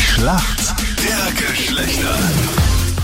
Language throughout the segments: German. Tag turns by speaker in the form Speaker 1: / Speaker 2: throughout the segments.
Speaker 1: Schlacht der Geschlechter.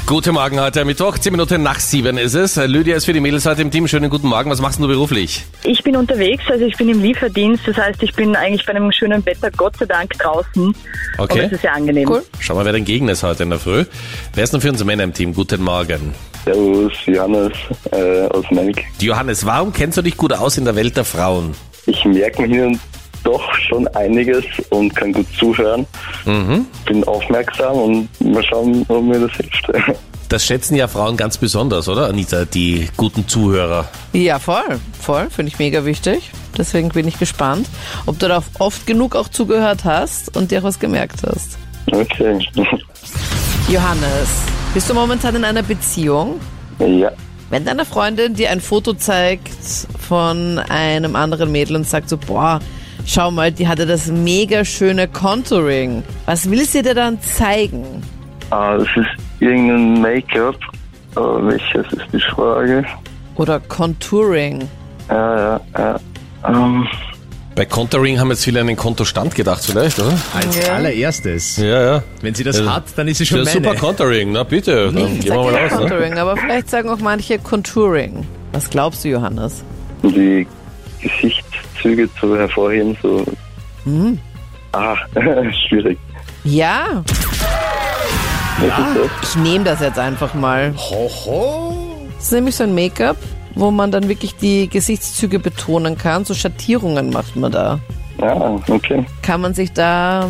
Speaker 2: Guten Morgen heute Mittwoch, 10 Minuten nach 7 ist es. Lydia ist für die Mädels heute im Team. Schönen guten Morgen. Was machst denn du beruflich?
Speaker 3: Ich bin unterwegs, also ich bin im Lieferdienst. Das heißt, ich bin eigentlich bei einem schönen Wetter, Gott sei Dank, draußen.
Speaker 2: Okay.
Speaker 3: Und das ist sehr angenehm.
Speaker 4: Cool.
Speaker 2: Schau mal, wer dein Gegner ist heute in der Früh. Wer ist denn für uns Männer im Team? Guten Morgen.
Speaker 5: Servus, Johannes äh, aus Melk.
Speaker 2: Die Johannes, warum kennst du dich gut aus in der Welt der Frauen?
Speaker 5: Ich merke mir hier und doch schon einiges und kann gut zuhören. Bin aufmerksam und mal schauen, ob mir das hilft.
Speaker 2: Das schätzen ja Frauen ganz besonders, oder, Anita? Die guten Zuhörer.
Speaker 4: Ja, voll. Voll. Finde ich mega wichtig. Deswegen bin ich gespannt, ob du da oft genug auch zugehört hast und dir auch was gemerkt hast.
Speaker 5: Okay.
Speaker 4: Johannes, bist du momentan in einer Beziehung?
Speaker 5: ja,
Speaker 4: Wenn deine Freundin dir ein Foto zeigt von einem anderen Mädel und sagt so, boah, schau mal, die hatte das mega schöne Contouring. Was will sie dir dann zeigen?
Speaker 5: äh, es ist irgendein Make-up. Äh, welches ist die Frage?
Speaker 4: Oder Contouring?
Speaker 5: Ja, ja, ja. Ähm,
Speaker 2: Bei Contouring haben jetzt viele an den Kontostand gedacht vielleicht, oder?
Speaker 6: Als allererstes.
Speaker 2: Ja, ja.
Speaker 6: Wenn sie das
Speaker 2: Also,
Speaker 6: hat, dann ist sie schon
Speaker 2: Ja,
Speaker 6: meine.
Speaker 2: super Contouring, na bitte. Dann
Speaker 4: Ich
Speaker 2: gehen wir
Speaker 4: sag
Speaker 2: mal
Speaker 4: ja
Speaker 2: raus, ne?
Speaker 4: Contouring, aber vielleicht sagen auch manche Contouring. Was glaubst du, Johannes?
Speaker 5: die Gesichtszüge zu hervorheben, so. Ah, schwierig.
Speaker 4: Ja, ich nehme das jetzt einfach mal. Das ist nämlich so ein Make-up, wo man dann wirklich die Gesichtszüge betonen kann. So Schattierungen macht man da.
Speaker 5: Ja, Ah, okay.
Speaker 4: Kann man sich da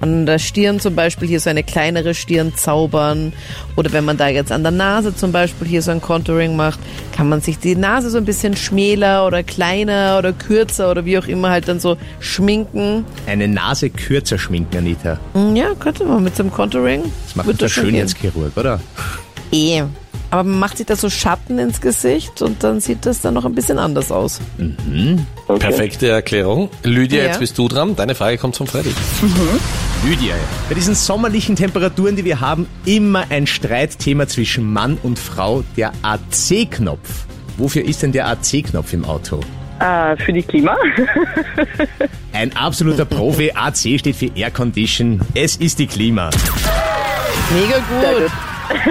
Speaker 4: an der Stirn zum Beispiel hier so eine kleinere Stirn zaubern. Oder wenn man da jetzt an der Nase zum Beispiel hier so ein Contouring macht, kann man sich die Nase so ein bisschen schmäler oder kleiner oder kürzer oder wie auch immer halt dann so schminken.
Speaker 6: Eine Nase kürzer schminken, Anita.
Speaker 4: Hm, Ja, könnte man mit so einem Contouring.
Speaker 6: Das macht
Speaker 4: Wird
Speaker 6: der
Speaker 4: schon gehen.
Speaker 6: Schönheitschirurg, oder?
Speaker 4: Eh. Aber man macht sich da so Schatten ins Gesicht und dann sieht das dann noch ein bisschen anders aus.
Speaker 5: okay.
Speaker 2: Perfekte Erklärung. Lydia,
Speaker 4: Ja.
Speaker 2: jetzt bist du dran. Deine Frage kommt von Freddy.
Speaker 6: Lydia, bei diesen sommerlichen Temperaturen, die wir haben, immer ein Streitthema zwischen Mann und Frau, der AC-Knopf. Wofür ist denn der AC-Knopf im Auto?
Speaker 3: Äh, für die Klima.
Speaker 6: Ein absoluter Profi. AC steht für Air Condition. Es ist die Klima.
Speaker 4: Mega gut.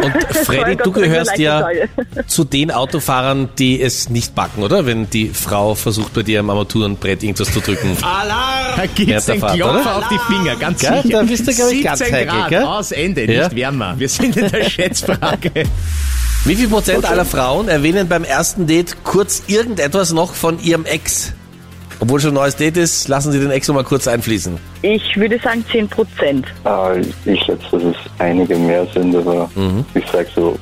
Speaker 2: Und Freddy, du
Speaker 3: Gott sei Dank
Speaker 2: gehörst
Speaker 3: eine
Speaker 2: ja
Speaker 3: leichte
Speaker 2: zu den Autofahrern, die es nicht backen, oder? Wenn die Frau versucht, bei dir am Armaturenbrett irgendwas zu drücken.
Speaker 6: Alarm! Da gibt's
Speaker 2: Härter
Speaker 6: den
Speaker 2: Fahrt,
Speaker 6: Klopfer
Speaker 2: oder?
Speaker 6: auf die Finger, ganz
Speaker 2: Gell?
Speaker 6: sicher.
Speaker 2: Da bist du, glaub ich, ganz
Speaker 6: 17
Speaker 2: heikel,
Speaker 6: Grad,
Speaker 2: gell?
Speaker 6: aus, Ende,
Speaker 2: Ja.
Speaker 6: nicht wärmer. Wir sind in der Schätzfrage.
Speaker 2: Wie viel Prozent aller Frauen erwähnen beim ersten Date kurz irgendetwas noch von ihrem Ex? Obwohl schon ein neues Date ist, lassen sie den Ex nochmal kurz einfließen.
Speaker 3: Ich würde sagen 10 Prozent.
Speaker 5: Ah, ich schätze, dass es einige mehr sind, aber ich sag so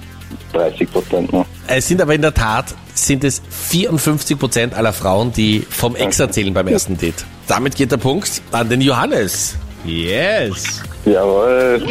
Speaker 5: 30 Prozent noch.
Speaker 2: Es sind aber in der Tat, sind es 54 Prozent aller Frauen, die vom Ex erzählen beim ersten Date. Damit geht der Punkt an den Johannes.
Speaker 6: Yes.
Speaker 5: Jawohl.